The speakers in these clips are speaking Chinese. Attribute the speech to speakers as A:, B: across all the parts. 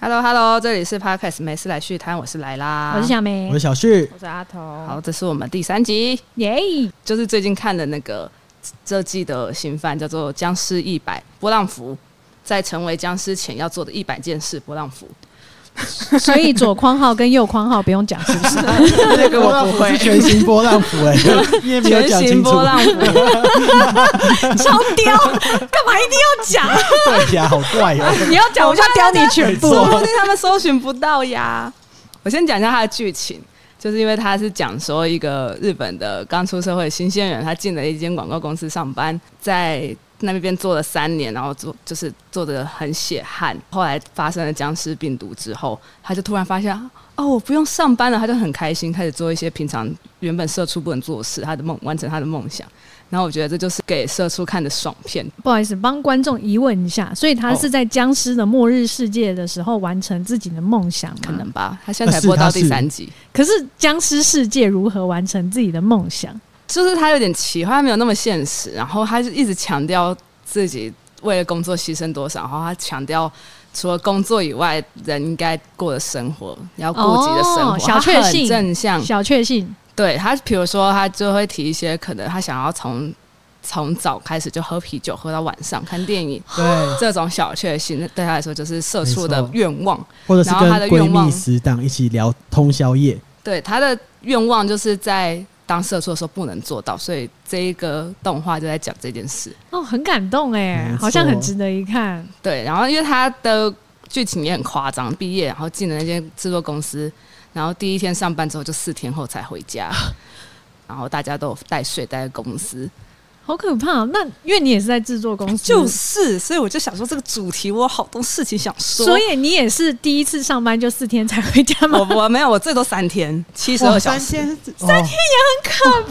A: Hello Hello，这里是 Podcast 没事来续摊，我是来啦，
B: 我是小梅，
C: 我是小旭，
B: 我是阿童，
A: 好，这是我们第三集，
B: 耶！
A: 就是最近看的那个这季的新番，叫做《僵尸一百波浪符》，在成为僵尸前要做的一百件事，波浪符。
B: 所以左框号跟右框号不用讲，是不是？
A: 那个我不
C: 是全新波浪符哎、你也没有
A: 全
C: 讲
A: 新
C: 清楚，
A: 波 浪符，
B: 超刁，干嘛一定要讲？
C: 对呀，好怪哦、
B: 你要讲我就要刁你全部。
A: 说不定他们搜寻不到呀。 我先讲一下它的剧情，就是因为它是讲说一个日本的刚出社会的新鲜人，他进了一间广告公司上班，在那边做了三年，然后做就是做的很血汗。后来发生了僵尸病毒之后，他就突然发现。哦，我不用上班了，他就很开心，开始做一些平常原本社畜不能做的事，他的梦完成他的梦想。然后我觉得这就是给社畜看的爽片，
B: 不好意思，帮观众疑问一下，所以他是在僵尸的末日世界的时候完成自己的梦想吗？
A: 可能吧。他现在才播到第三集，
B: 可是僵尸世界如何完成自己的梦想？
A: 就是他有点奇幻，他没有那么现实，然后他就一直强调自己为了工作牺牲多少，然后他强调除了工作以外，人应该过的生活，你要顾及的生活，
B: 哦小确幸
A: 他很正向。
B: 小确幸，
A: 对他，比如说他就会提一些可能他想要从从早开始就喝啤酒，喝到晚上看电影。
C: 对，
A: 这种小确幸对他来说就是社畜
C: 没
A: 的
C: 错
A: 愿望，
C: 或者是
A: 然后
C: 跟
A: 他的
C: 闺
A: 愿望
C: 蜜死党一起聊通宵夜，
A: 对他的愿望就是在当社畜的时候不能做到，所以这一个动画就在讲这件事。
B: 哦，很感动哎、
C: 没错
B: 好像很值得一看。
A: 对，然后因为他的剧情也很夸张，毕业然后进了那间制作公司，然后第一天上班之后就四天后才回家，然后大家都有带睡待在公司，
B: 好可怕、那因为你也是在制作公司，
A: 就是，所以我就想说这个主题我有好多事情想说，
B: 所以你也是第一次上班就四天才回家吗？
A: 我我没有，我最多三天，七十二小时，
C: 天，三天，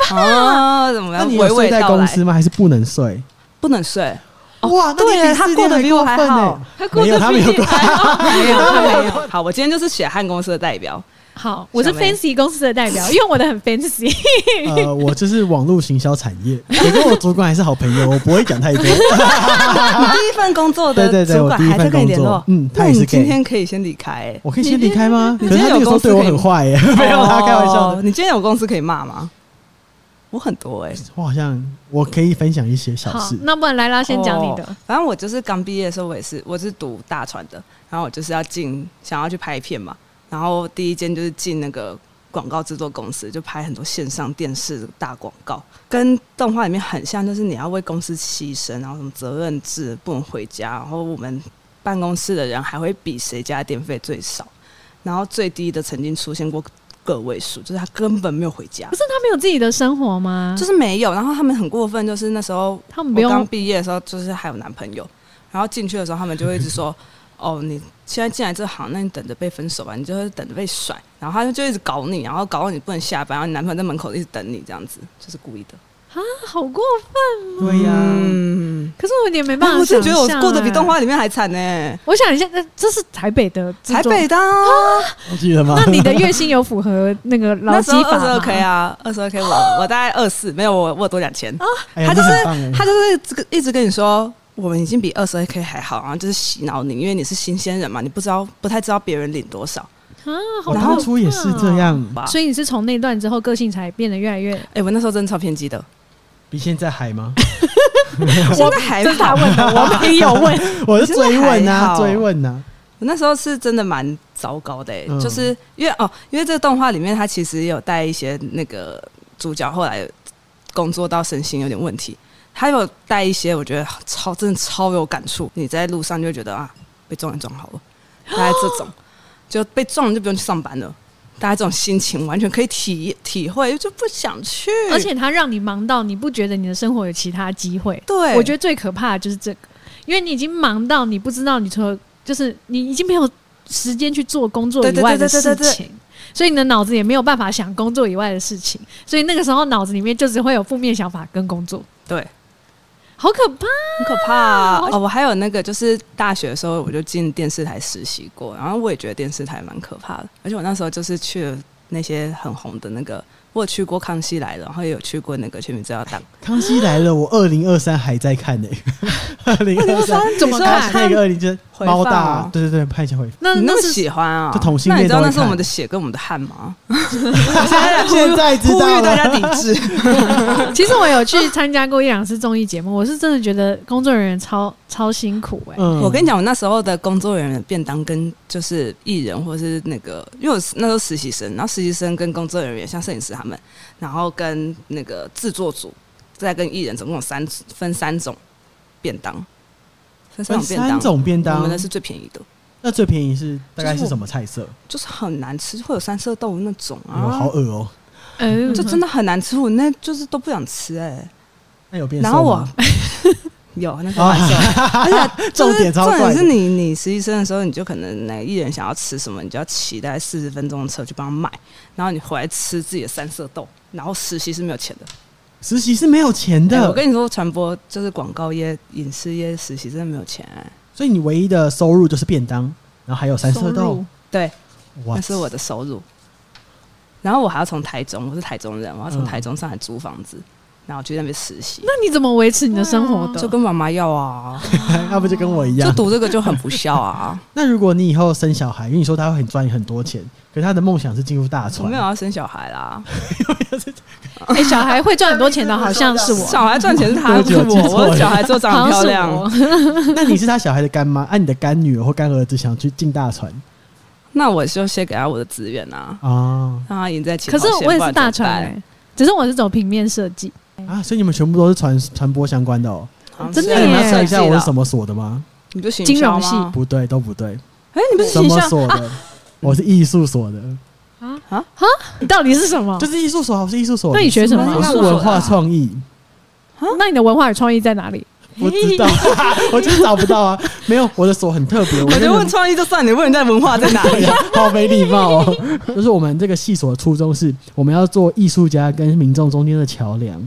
B: 哦
A: 啊，怎么
C: 那
A: 样？
C: 你
A: 娓
C: 有睡
A: 娓
C: 在
A: 道
C: 公
A: 来，
C: 司吗？还是不能睡？
A: 不能睡，
C: 哇，那你
A: 对
C: 比
A: 他
C: 四
A: 过
C: 天
A: 得比我还
C: 过分
A: 好
C: 欸
B: 他
C: 没有他没有过
A: 没有没有。好，我今天就是血汗公司的代表，
B: 好，我是
A: 小梅
B: Fancy 公司的代表，因为我的很 Fancy，
C: 呃，我就是网络行销产业，我跟我主管还是好朋友，我不会讲太多。
A: 第一份工作
C: 对
A: 的
C: 对对
A: 主管还在跟你
C: 我第一份工作
A: 联络，
C: 嗯他
A: 那
C: 也是
A: 你今
C: gay
A: 天可以先离开、欸。
C: 我可以先离开吗？
A: 你
C: 可
A: 今
C: 是
A: 天
C: 他那个时候对我
A: 有公
C: 很
A: 司
C: 坏耶， 没有啦，开玩笑
A: 哦
C: 的。
A: 你今天有公司可以骂吗？我很多哎、
C: 我好像我可以分享一些小
B: 好
C: 事，，
B: 那不然莱拉先讲你
A: 哦
B: 的。
A: 反正我就是刚毕业的时候，我也是，我是读大传的，然后我就是要进，想要去拍片嘛。然后第一间就是进那个广告制作公司，就拍很多线上电视大广告，跟动画里面很像，就是你要为公司牺牲，然后什么责任制，不能回家，然后我们办公室的人还会比谁家电费最少，然后最低的曾经出现过个位数，就是他根本没有回家
B: 不。是他没有自己的生活吗？
A: 就是没有，然后他们很过分，就是那时候
B: 他嗯们不
A: 我刚
B: 用啊
A: 毕业的时候，就是还有男朋友，然后进去的时候，他们就会一直 说：“哦，你现在进来这行，那你等着被分手吧，你就是等着被甩。”然后他就一直搞你，然后搞到你不能下班，然后你男朋友在门口一直等你，这样子就是故意的。
B: 好过分，哦
C: 对呀，
A: 嗯，
B: 可是我有点没办
A: 但
B: 法。哎
A: 我是觉得我过得比动，画里面还惨呢、
B: 我想一下，那这是台北的制
A: 台
B: 作
A: 北，的啊、
C: 记得吗？
B: 那你的月薪有符合那个劳
A: 那
B: 基
A: 时候
B: 法
A: 二十
B: 吗
A: 二 k？啊，二十二 k 我我大概二四，没有我我有多两千。
C: 哎呀
A: 他就
C: 你
A: 是
C: 很棒哎
A: 他就是这个一直跟你说，我们已经比二十二 k 还好，然啊后就是洗脑你，因为你是新鲜人嘛，你不知道不太知道别人领多少
B: 啊，好过
C: 我
A: 然后
C: 当
B: 分
C: 初也是这。样，
A: 吧。
B: 所以你是从那段之后个性才变得越来越……
A: 哎、我那时候真的超偏激的，
C: 比现在还 吗？
A: 现在还
B: 这是
A: 好。
B: 他问的，我没有问。
C: 我是追问
A: 现在还
C: 啊，
A: 好
C: 追问啊，
A: 我那时候是真的蛮糟糕的、欸
C: 嗯
A: 就是因为哦，因为这个动画里面它其实也有带一些那个主角后来工作到身心有点问题，还有带一些我觉得超真的超有感触，你在路上就会觉得啊，被撞也撞好了，大概这种就被撞了就不用去上班了。大家这种心情完全可以体体会，就不想去。
B: 而且它让你忙到你不觉得你的生活有其他机会。
A: 对，
B: 我觉得最可怕的就是这个，因为你已经忙到你不知道你除了就是你已经没有时间去做工作以外的事情。
A: 对对对对对
B: 所以你的脑子也没有办法想工作以外的事情，所以那个时候脑子里面就只会有负面想法跟工作，
A: 对，
B: 好可怕！
A: 很可怕、啊
B: 我
A: 哦！我还有那个，就是大学的时候我就进电视台实习过，然后我也觉得电视台蛮可怕的，而且我那时候就是去了那些很红的那个，我有去过《康熙来了》，然后也有去过那个《全民制药档》。
C: 康熙来了，我二零二三还在看呢、 二零二三
B: 怎么看
C: 那个二零就是
A: 回放
C: 猫
A: 哦
C: 大，啊对对对，拍一下回放。
B: 那
A: 你那
B: 嗯那
A: 么
B: 是
A: 喜欢啊？
C: 就同性
A: 那
C: 恋
A: 你知道
C: 都会
A: 那是我
C: 看
A: 们的血跟我们的汗吗？我现在
C: 现在知
A: 呼
C: 道啊
A: 吁
C: 了
A: 大家抵制。
B: 其实我有去参加过一两次综艺节目，我是真的觉得工作人员超 超辛苦哎、
C: 嗯
A: 我跟你讲，我那时候的工作人员的便当跟就是艺人或是那个，因为我那时候实习生，然后实习生跟工作人员，像摄影师他们，然后跟那个制作组，再跟艺人，总共有三分三种便当，分三
C: 分
A: 种便当，
C: 三种便
A: 我
C: 当
A: 们的，是最便宜的，
C: 那最便宜是大概
A: 就是
C: 是
A: 我
C: 什么菜色？
A: 就是很难吃，会有三色豆那种
C: 哎呦，好
A: 啊，
C: 恶哦！
B: 嗯，
A: 就真的很难吃，我那就是都不想吃哎、
C: 那有变瘦
A: 然
C: 吗？
A: 后我有那时
C: 啊
A: 候蛮瘦的， 而且就是
C: 重点超
A: 重
C: 怪
A: 点
C: 的
A: 是你你实习生的时候，你就可能哪个艺人想要吃什么，你就要骑大概四十分钟的车去帮他买，然后你回来吃自己的三色豆。然后实习是没有钱的，
C: 实习是没有钱
A: 哎
C: 的，
A: 我跟你说，传播就是广告业、影视业，实习真的没有钱、哎
C: 所以你唯一的收入就是便当，然后还有三色
B: 收
C: 豆
B: 入。
A: 对，
C: 哇
A: 那是我的收入。然后我还要从台中，我是台中人，我要从
C: 嗯
A: 台中上来租房子，然后去那边实习，
B: 那你怎么维持你的生活的？
A: 就跟妈妈要啊，
C: 哎要不就跟我一
A: 就
C: 样。
A: 读这个就很不孝 啊。
C: 那如果你以后生小孩，因为你说他会很赚很多钱，可是他的梦想是进入大
A: 我
C: 船
A: 没有，要生小孩啦，
B: 哎、小孩会赚很多钱的，好像是我，
A: 小孩赚钱是 他，不是
C: 对不起
A: 我。
C: 我记错了
A: 我的小孩做 长
B: 好
A: 得
B: 像
A: 漂
B: 是
A: 亮，
B: 我。
C: 那你是他小孩的干妈，啊，你的干女儿或干儿子想去进大船
A: 那我就先给他我的资源啊，
C: 啊
A: 让他赢在起跑
B: 可
A: 线。
B: 是我也
A: 不
B: 是
A: 然
B: 大
A: 怎
B: 船
A: 么
B: 哎、
A: 办
B: 只是我是走平面设计，
C: 啊！所以你们全部都是传传播相关的哦。
A: 好像
B: 真的
A: 是
C: 那你们
B: 耶
C: 要算一下我是什
A: 么？
C: 么所的吗？
A: 你不行
B: 金融系
A: 吗？
C: 不对，都不对。
A: 哎，你不是
C: 什
A: 形
C: 么
A: 象
C: 所的？我是艺术所的，
B: 你到底是什么？
C: 就是艺术所，我是艺术所的。
B: 哦那你学什么
C: 我
A: 啊
C: 是文化创意，
B: 啊那你的文化与创意在哪里？
C: 我知道，我就是找不到啊。没有，我的所很特别，我
A: 我
C: 真
A: 就
C: 的
A: 问创意就算，你问人家文化在哪 里？
C: 好没礼貌哦。就是我们这个系所的初衷是，我们要做艺术家跟民众中间的桥梁，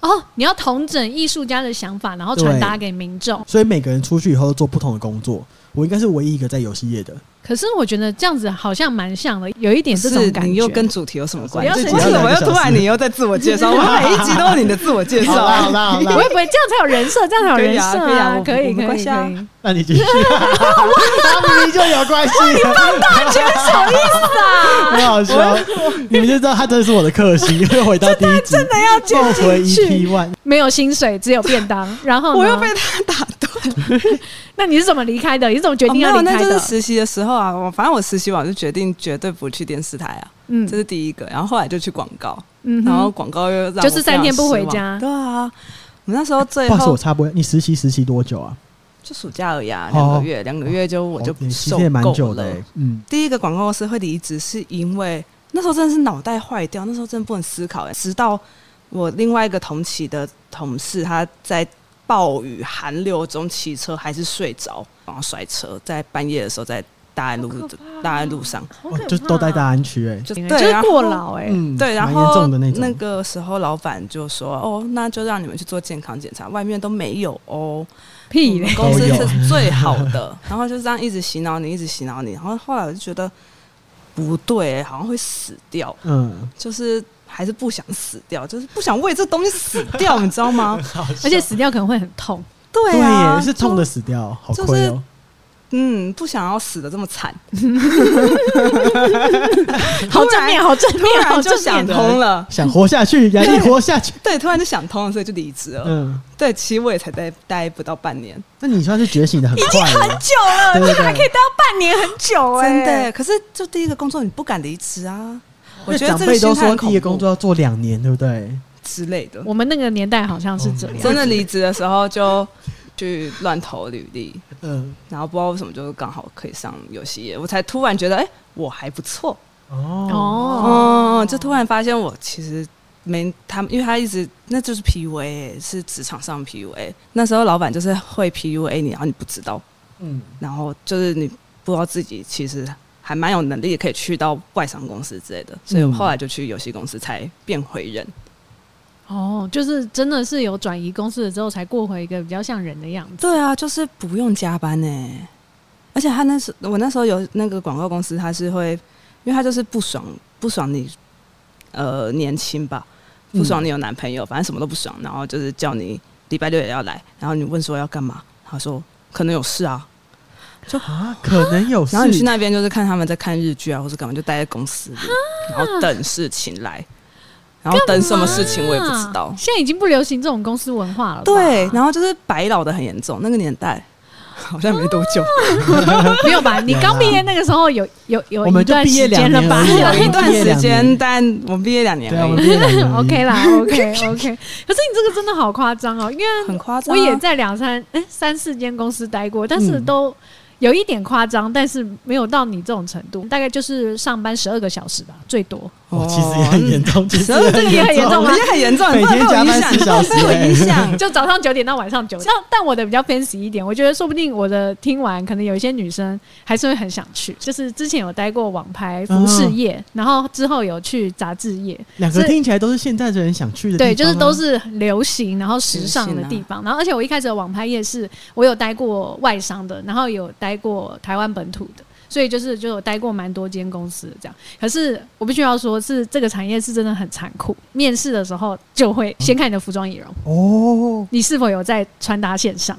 B: 哦，你要同整艺术家的想法，然后传达给民众。
C: 所以每个人出去以后都做不同的工作。我应该是唯一一个在游戏业的，
B: 可是我觉得这样子好像蛮像的，有一点这
A: 是
B: 种感觉。
A: 你又跟主题有什么关系？
B: 不要
A: 为
B: 生气
A: 什么又突然你又在自我介 绍？我们每一集都有你的自我介绍啊。
C: 啦好
B: 我，也不会这样才有人设，这样才有
A: 可以
B: 人
A: 啊
B: 设
A: 可
B: 可
A: 以啊我
B: 以
A: 我没
B: 可
A: 关
B: 以
A: 系啊
B: 可以。
C: 那你继续。他明明就有关系，
B: 觉得什么意思啊？
C: 很好笑。你们就知道他真的是我的克星，又回到第一集，真的要做回
B: 进去
C: EP one。
B: 没有薪水，只有便当。然后呢
A: 我又被他打断。
B: 那你是怎么离开的？你是怎么决
A: 哦
B: 定
A: 没
B: 要
A: 有，
B: 离
A: 那
B: 开
A: 就
B: 的
A: 是？实习的时候啊，我反正我实习完我就决定绝对不去电视台啊，
B: 嗯
A: 这是第一个。然后后来就去广告，
B: 嗯哼
A: 然后广告又让我
B: 就是三天不回
A: 非常
B: 家
A: 失望对啊，我们那时候最
C: 不好意思，
A: 后
C: 我插播，你实习实习多久啊？
A: 就暑假而已啊，
C: 哦
A: 两个月，两个月就我就
C: 哦你其
A: 受
C: 实也蛮
A: 够
C: 久
A: 了
C: 的。欸，嗯。
A: 第一个广告公司会离职，是因为那时候真的是脑袋坏掉，那时候真的不能思考、欸。直到我另外一个同期的同事，他在暴雨寒流中骑车，还是睡着，然后摔车，在半夜的时候在大安路大安路上，
B: 好
C: 哦
B: 可，怕啊
C: 就都待大安区哎，
A: 就
B: 就
A: 对，
B: 是
A: 然后
B: 过劳哎、
C: 嗯，
A: 对，然
C: 蛮严
A: 后
C: 重的那种，
A: 那个时候老板就说：“哦，那就让你们去做健康检查，外面都没有哦，
B: 屁
A: 我
B: 嘞
A: 们！公司
C: 都有
A: 是最好的。” 然后就这样一直洗脑你，一直洗脑你。然后后来我就觉得不对、好像会死掉，
C: 嗯，
A: 就是还是不想死掉，就是不想为这东西死 掉，你知道吗？
B: 而且死掉可能会很痛。
A: 对
C: 对
A: 啊，
C: 耶，是痛的
A: 就。
C: 死掉，好亏
A: 就
C: 哦。
A: 嗯，不想要死的这么惨，
B: 好正面，好正
A: 突
B: 面，好
A: 然就
B: 正
A: 想
B: 面
A: 通了，
C: 想活下去，压力 活下去。
A: 对，突然就想通了，所以就离职了。
C: 嗯，
A: 对，其实我也才待待不到半年，
C: 那你算是觉醒的很快了。
B: 久了，
C: 对对对
B: 这个还可以待到半年，很久哎、
A: 真的。可是就第一个工作你不敢离职啊，我
C: 那
A: 觉得
C: 长
A: 这个
C: 辈
A: 心
C: 都
A: 态
C: 说
A: 很
C: 第
A: 恐
C: 一
A: 怖
C: 个工作要做两年，对不对？
A: 之类的。
B: 我们那个年代好像是这样，
A: 哦真的离职的时候就去乱投履历，
C: 嗯，
A: 然后不知道为什么就是刚好可以上游戏业，我才突然觉得，哎、我还不错。
C: 哦，
B: 哦
A: 哦，就突然发现我其实没他们，因为他一直那就是 PUA，欸是职场上 PUA。那时候老板就是会 PUA 你，然后你不知道，
C: 嗯，
A: 然后就是你不知道自己其实还蛮有能力，可以去到外商公司之类的。所以我后来就去游戏公司才变回人。
B: 哦，就是真的是有转移公司了之后，才过回一个比较像人的样子。
A: 对啊，就是不用加班呢、而且他那时我那时候有那个广告公司，他是会，因为他就是不爽不爽你，呃，年轻吧，不爽你有男朋友，反正什么都不爽，然后就是叫你礼拜六也要来，然后你问说要干嘛，他说可能有事啊，
C: 啊，可能有事
A: 然后。你去那边就是看他们在看日剧啊，或者干嘛，就待在公司里，然后等事情来，然
B: 啊
A: 后等什么事情我也不知道
B: 啊，现在已经不流行这种公司文化了吧。
A: 对，然后就是白老的很严重，那个年代好像没多久。
B: 没有吧？你刚毕业那个时候有有有
C: 我们
B: 一
C: 就
B: 段
C: 毕业
B: 时
C: 两
B: 间了
C: 年
B: 吧
C: 而？已 啊
A: 有一段时
C: 毕业两
A: 间，
C: 年
A: 但我们毕业两年
C: 对啊，
A: 而
C: 我
A: 已，
C: 们毕业两年 而已
B: OK 啦，OK OK。可是你这个真的好夸张哦，因为
A: 很夸张
B: 我
A: 啊。
B: 也在两三哎、三四间公司待过，但是都有一点夸张，但是没有到你这种程度，大概就是上班十二个小时吧，最多。
C: 哦，其实也很严重，其实
A: 哦
C: 这
B: 个也很严重
A: 我
B: 吗
A: 们也很严重，你不能被我影响，
C: 每天
A: 你不能
C: 加班四小时
A: 被我影 响。
B: 就早上九点到晚上九点，但但我的比较 fancy 一点，我觉得说不定我的听完，可能有一些女生还是会很想去。就是之前有待过网拍服饰业，然后之后有去杂志业，
C: 两个听起来都是现在人想去的地方啊，
B: 对，就是都是流行然后时尚
C: 啊
B: 的地方。然后而且我一开始的网拍业是我有待过外商的，然后有待过台湾本土的。所以就是就有待过蛮多间公司的这样，可是我必须要说是这个产业是真的很残酷。面试的时候就
C: 嗯
B: 会先看你的服装仪容，
C: 哦，
B: 你是否有在穿搭线上。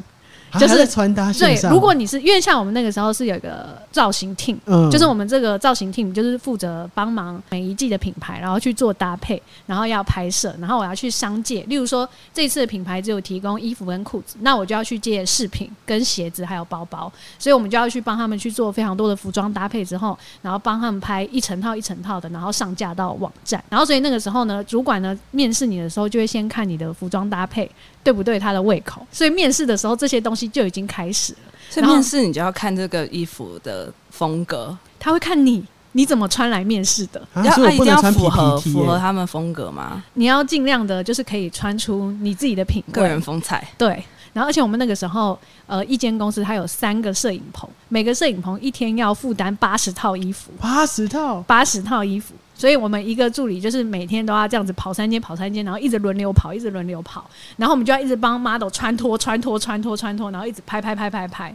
C: 还
B: 就是
C: 还在穿搭啊线
B: 对，
C: 上。
B: 如果你是因为像我们那个时候是有一个造型 team，、
C: 嗯
B: 就是我们这个造型 team 就是负责帮忙每一季的品牌，然后去做搭配，然后要拍摄，然后我要去商界，例如说这次的品牌只有提供衣服跟裤子，那我就要去借饰品、跟鞋子还有包包，所以我们就要去帮他们去做非常多的服装搭配之后，然后帮他们拍一成套一成套的，然后上架到网站，然后所以那个时候呢，主管呢面试你的时候就会先看你的服装搭配对不对他的胃口，所以面试的时候这些东西就已经开始了。
A: 所以面试你就要看这个衣服的风格，
B: 他会看你你怎么穿来面试的，
C: 啊
A: 要
C: 所以
A: 啊
C: 我
A: 一
C: 不
A: 定
C: 能
A: 要
C: 穿
A: 符合
C: PPT，
A: 符合
C: 耶
A: 他们风格嘛，
B: 你要尽量的就是可以穿出你自己的品味。
A: 个人风采。
B: 对，然后而且我们那个时候，呃，一间公司它有三个摄影棚，每个摄影棚一天要负担八十套衣服，
C: 八十套，
B: 八十套衣服。所以我们一个助理就是每天都要这样子跑三间跑三间，然后一直轮流跑，一直轮流跑，然后我们就要一直帮 model 穿脱穿脱穿脱穿脱，然后一直拍拍拍拍拍，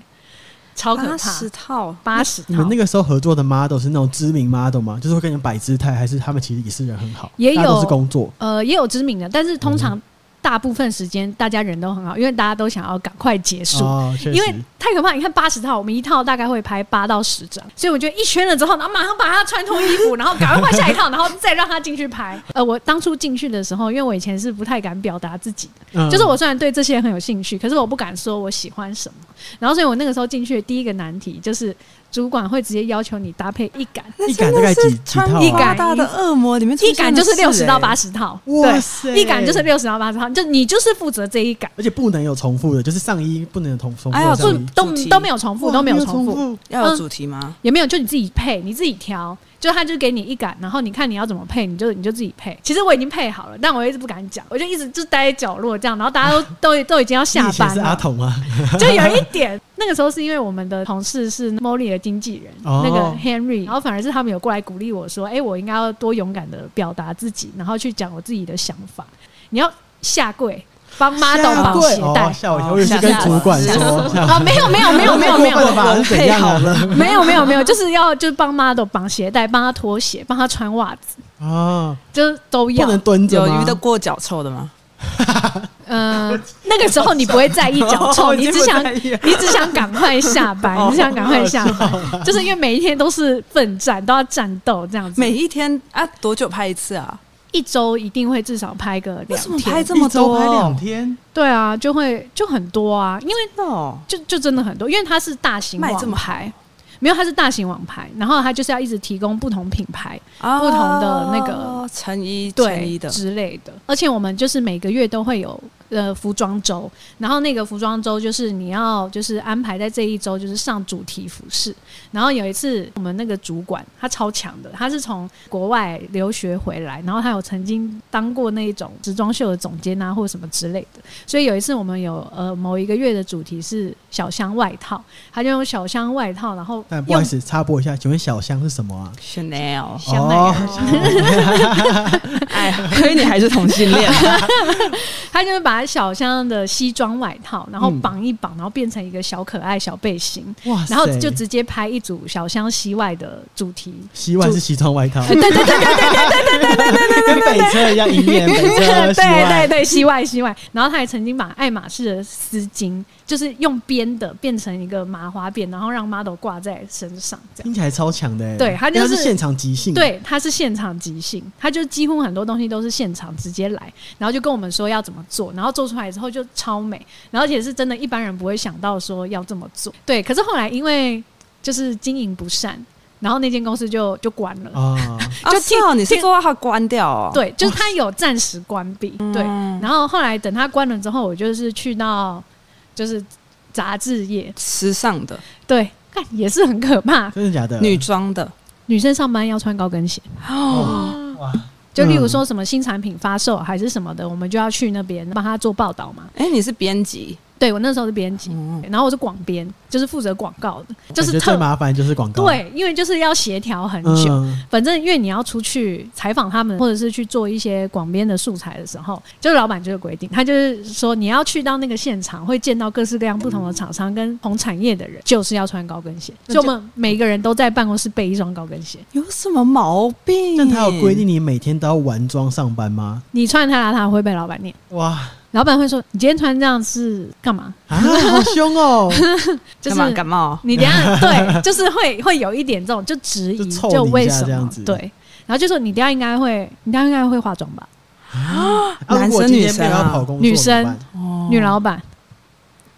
B: 超可
A: 八
B: 怕
A: 十，套，
B: 八十
C: 你们
B: 套
C: 那。个时候合作的 model 是那种知名 model 吗？就是会跟你们摆姿态，还是他们其实也是人很好，
B: 也
C: 大家都
B: 有
C: 是工作
B: 呃，也有知名的，但是通常大部分时间大家人都很好，因为大家都想要赶快结束。
C: 哦，确
B: 因为
C: 实
B: 太可怕，你看八十套，我们一套大概会拍八到十张，所以我觉得一圈了之后，然后马上把他穿脱衣服，然后赶快换下一套，然后再让他进去拍。呃，我当初进去的时候，因为我以前是不太敢表达自己的，
C: 嗯
B: 就是我虽然对这些很有兴趣，可是我不敢说我喜欢什么。然后，所以我那个时候进去的第一个难题就是，主管会直接要求你搭配一杆，
C: 一杆大概几几套啊
A: 穿花大的恶魔里面出
B: 一
A: 现的欸
B: 杆就是六十到八
A: 十，
B: 十套，
C: 哇
B: 对。
C: 塞，
B: 一杆就是，六十到八十号，就你就是负责这一杆，
C: 而且不能有重复的，就是上衣不能有重重复
A: 哎呀
C: 的
A: 不
C: 上
B: 就
C: 衣，
B: 都
A: 主题
B: 都没有重复，
C: 哇
B: 都没有重
C: 重
B: 复，
C: 复，
A: 要有
B: 嗯
A: 主题吗？
B: 也没有就你自己配，你自己挑，就他就给你一杆，然后你看你要怎么配，你就你就自己配。其实我已经配好了，但我一直不敢讲，我就一直就待在角落这样，然后大家 都都都已经要
C: 你
B: 下
C: 以前
B: 班
C: 是阿
B: 了，
C: 童啊，
B: 就有一点。那个时候是因为我们的同事是 Molly 的经纪人，
C: 哦
B: 那个 Henry，然后反而是他们有过来鼓励我说，哎、我应该要多勇敢的表达自己，然后去讲我自己的想法。你要下跪帮 model
C: 下
B: 绑
C: 跪
B: 鞋带
C: 哦，。吓我一跳，我以为是
A: 下
C: 跟
A: 下
C: 主管
A: 下
C: 说，这样
B: 啊，没有没有没有没有没有，
C: 太过分了吧？是怎样啊？
B: 没有没有没有，就是要就是帮 model 绑鞋带，帮他脱鞋，帮他穿袜子，
C: 啊，
B: 就是都
C: 不
B: 要
C: 能。蹲着
A: 有
C: 吗？
A: 鱼得过脚臭的吗？
B: 嗯，那个时候你不会在意脚臭，
A: 哦已
B: 你
A: 经
B: 只
A: 不
B: 想
A: 在意了
B: 你只想赶快下 班，
A: 哦
B: 你只想赶快下班，就是因为每一天都是奋战，都要战斗这样子。
A: 每一天啊，多久拍一次啊？
B: 一周一定会至少拍个
A: 为
B: 两
A: 什么
B: 天
A: 拍，这么多？
C: 一周拍两天，
B: 对啊，就会就很多啊，因为
A: 哦，
B: 就就真的很多，因为它是大型
A: 卖这
B: 网
A: 么
B: 牌
A: 好，
B: 没有它是大型网牌，然后它就是要一直提供不同品牌
A: 不
B: 同的那个
A: 啊成衣成
B: 对
A: 衣的，
B: 之类的，而且我们就是每个月都会有呃服装周，然后那个服装周就是你要就是安排在这一周就是上主题服饰，然后有一次我们那个主管他超强的，他是从国外留学回来，然后他有曾经当过那一种时装秀的总监啊或者什么之类的，所以有一次我们有呃某一个月的主题是小香外套，他就用小香外套，然后
C: 但不好
B: 用
C: 意思，插播一下，请问小香是什么啊？
A: Chanel，
B: 香奈儿。
C: 哦
A: 哎， 啊亏你还是同性 恋，
B: 他就是把小香的西装外套，然后
C: 嗯
B: 绑一绑，然后变成一个小可爱小背心，
C: 哇塞，
B: 然后就直接拍一组小香西外的主题。
C: 西外是西装外套，
B: 对对对对对
C: 跟北车一样，一面北 车
B: 对
C: 西外
B: 对对，西外西外。然后他还曾经把爱马仕的丝巾，就是用编的变成一个麻花辫，然后让 model 挂在身上，这样。
C: 听起来超强的欸。
B: 对它就是
C: 因为现场即兴。，
B: 对，他是现场即兴，他就几乎很多东西都是现场直接来，然后就跟我们说要怎么做，然后做出来之后就超美，然后而且是真的一般人不会想到说要这么做。对，可是后来因为就是经营不善，然后那间公司就就关了。
C: 啊，
A: 就
B: 听
A: 哦，你是
B: 听
A: 说把它关掉哦？，嗯
B: 对，就是他有暂时关闭，对。然后后来等他关了之后，我就是去到就是杂志业，
A: 时尚的
B: 对，看也是很可怕。
C: 真的假的？
A: 女装的，
B: 女生上班要穿高跟鞋，
C: 哦哇，
B: 就
A: 嗯
B: 例如说什么新产品发售还是什么的，我们就要去那边帮他做报道嘛。
A: 哎，你是编辑，
B: 对我那时候是编辑，
A: 嗯，哦
B: 然后我是广编，就是负责广告的，就
C: 感
B: 是
C: 觉最
B: 特
C: 麻烦就是广告。
B: 对，因为就是要协调很久。
C: 嗯，
B: 反正因为你要出去采访他们，或者是去做一些广编的素材的时候，就是老板就有规定，他就是说你要去到那个现场，会见到各式各样不同的厂商跟同产业的人，就是要穿高跟鞋。
A: 那
B: 所以
A: 就
B: 我们每个人都在办公室备一双高跟鞋，
A: 有什么毛病？
C: 但他有规定你每天都要完妆上班吗？
B: 你穿太邋遢会被老板念，
C: 哇
B: 老板会说你今天穿这样是干嘛？
C: 啊，好凶哦！
B: 就
A: 干嘛
B: 是
A: 感冒？
B: 你等一下对，就是会会有一点这种就质疑，
C: 就凑
B: 就
C: 你一下
B: 为什
C: 这样
B: 么
C: 子
B: 对，然后就说你等一下应该会，你等一下应该会化妆吧，
C: 啊
A: 男
C: 如果
A: 生
C: 今
A: 女
C: 天没
A: 生
C: 有要
A: 啊
C: 跑工作
B: 女生
C: 怎么办
A: 哦
B: 女老板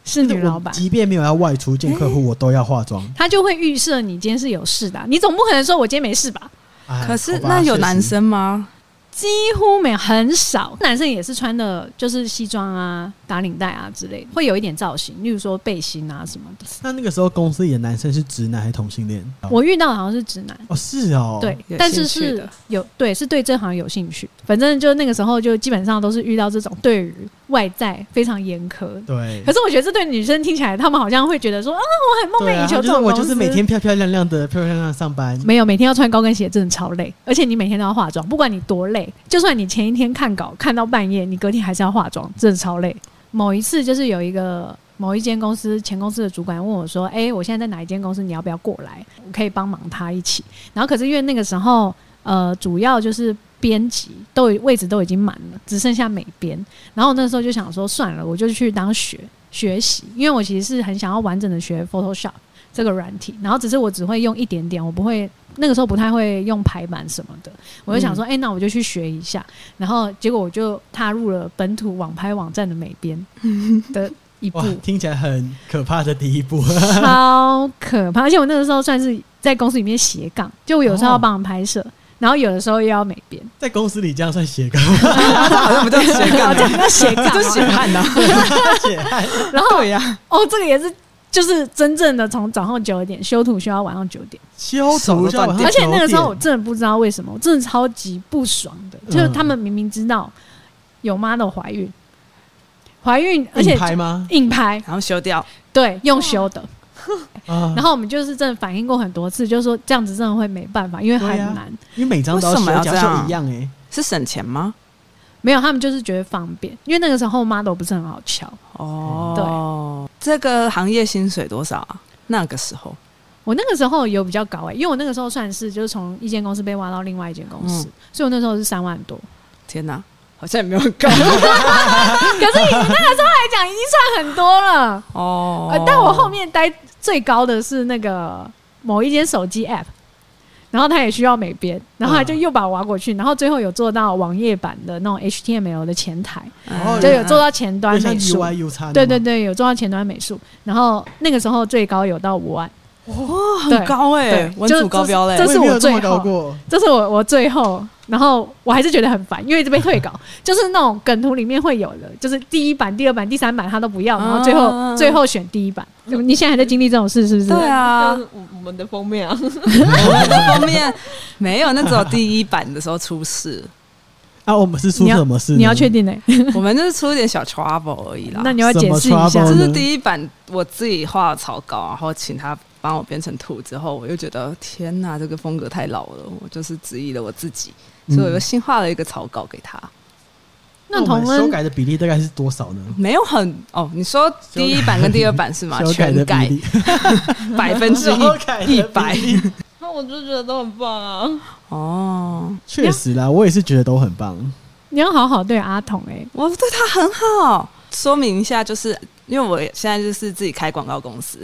B: 是
C: 就
B: 女
C: 我
B: 老板，
C: 即便没有要外出见客户，我都要化妆。
B: 他就会预设你今天是有事的啊、你总不可能说我今天没事吧？
C: 哎
A: 可是
C: 好吧
A: 那有
C: 确实
A: 男生 吗？
B: 几乎没有，很少。男生也是穿的就是西装啊、打领带啊之类的，会有一点造型，例如说背心啊什么的。
C: 那那个时候公司里的男生是直男还是同性恋？
B: 我遇到的好像是直男，
C: 哦是哦，
B: 对，
A: 有
B: 但
A: 兴
B: 是
A: 趣
B: 是
A: 的
B: 有对是对这行有兴趣。反正就那个时候就基本上都是遇到这种对于外在非常严苛。
C: 对
B: 可。是我觉得这对女生听起来，她们好像会觉得说啊，我很梦
C: 对
B: 寐
C: 啊，
B: 以求
C: 就
B: 这
C: 是
B: 种
C: 我
B: 公
C: 就是
B: 司
C: 每天漂漂亮亮的，漂漂亮亮地上班。
B: 没有，每天要穿高跟鞋真的超累，而且你每天都要化妆，不管你多累，就算你前一天看稿看到半夜，你隔天还是要化妆，真的超累。某一次就是有一个某一间公司前公司的主管问我说：“哎、我现在在哪一间公司？你要不要过来？我可以帮忙他一起。”然后可是因为那个时候呃，主要就是编辑都已位置都已经满了，只剩下美编。然后那时候就想说，算了，我就去当学学习，因为我其实是很想要完整的学 Photoshop。这个软体，然后只是我只会用一点点，我不会那个时候不太会用排版什么的，我就想
A: 嗯
B: 说，哎、那我就去学一下，然后结果我就踏入了本土网拍网站的美 编的一步
C: 哇，，听起来很可怕的第一步。
B: 超可怕，而且我那个时候算是在公司里面斜杠，就我有
A: 哦
B: 时候要帮忙拍摄，然后有的时候又要美编，
C: 在公司里这样算斜杠，
A: 这好像不叫斜
C: 啊
A: 杠， 这叫斜 杠，这斜杠呐。
C: 且
B: 然后
A: 对呀，
B: 哦，这个也是。就是真正的从早上九点修图修到晚上九点，
C: 修图就要晚上
B: 而且那个时候我
C: 九点
B: 真的不知道为什么，我真的超级不爽的，
C: 嗯
B: 就是他们明明知道有 model 怀孕，怀孕而且
C: 硬拍吗？
B: 硬拍，
A: 然后修掉，
B: 对，用修的。
C: 啊，
B: 然后我们就是真的反映过很多次，就是说这样子真的会没办法，因为很
C: 对啊
B: 难。
C: 因为每张都要修，
A: 为什么要这
C: 假
A: 样
C: 修一样哎。
A: 是省钱吗？
B: 没有，他们就是觉得方便，因为那个时候 model 不是很好敲。
C: 嗯
A: 哦，对，这个行业薪水多少啊？那个时候，
B: 我那个时候有比较高哎、因为我那个时候算是就是从一间公司被挖到另外一间公司，
A: 嗯
B: 所以我那时候是三万多。
A: 天哪，好像也没有很 高
B: 可是以那个时候来讲，已经算很多了。
A: 哦
B: 呃，但我后面待最高的是那个某一间手机 App，然后他也需要美编，然后他就又把我挖过去，然后最后有做到网页版的那种 HTML 的前台，
A: 嗯
C: 哦
B: 就有做到前端
C: 像
B: 啊美
C: U
B: 术。
C: I U 叉，
B: 对对，对，有做到前端美术，然后那个时候最高有到五万，
A: 哦很高哎、
B: 对
A: 文组高标嘞、
B: 这
C: 我
B: 是
C: 也没
B: 我
C: 有这么
B: 最
C: 高
B: 后
C: 过，
B: 这是我我最后，然后我还是觉得很烦，因为一直被 退稿，就是那种梗图里面会有的，就是第一版、第二版、第三版他都不要，然后最后、
A: 啊
B: 最后选第一版。你现在还在经历这种事是不是？
A: 对啊
D: 但，是我我们的封面啊，
A: 后面 没有，那只有第一版的时候出事，
C: 啊，我们是出
B: 你要
C: 什么事呢？
B: 你要确定呢、欸
A: 我们就是出一点小 trouble 而已啦。
B: 那你要解释一
C: 什
B: 下
C: 么
A: 这
C: trouble？
A: 是第一版，我自己画的草稿，然后请他帮我编成图之后，我就觉得天哪，这个风格太老了，我就是质疑了我自己，所以
C: 嗯
A: 我又新画了一个草稿给他。
B: 那
C: 我们
B: 同
C: 修
B: 恩
C: 改的比例大概是多少呢？
A: 没有很哦，你说第一版跟第二版是吗？
C: 修改
A: 全
C: 的
A: 改
C: 比例，
A: 百分之
C: 修改的
A: 一一 百
C: 比例
D: 那我就觉得都很棒啊。
A: 哦，
C: 确实啦，我也是觉得都很棒。
B: 你要好好对阿童哎、
A: 我对他很好。说明一下，就是因为我现在就是自己开广告公司，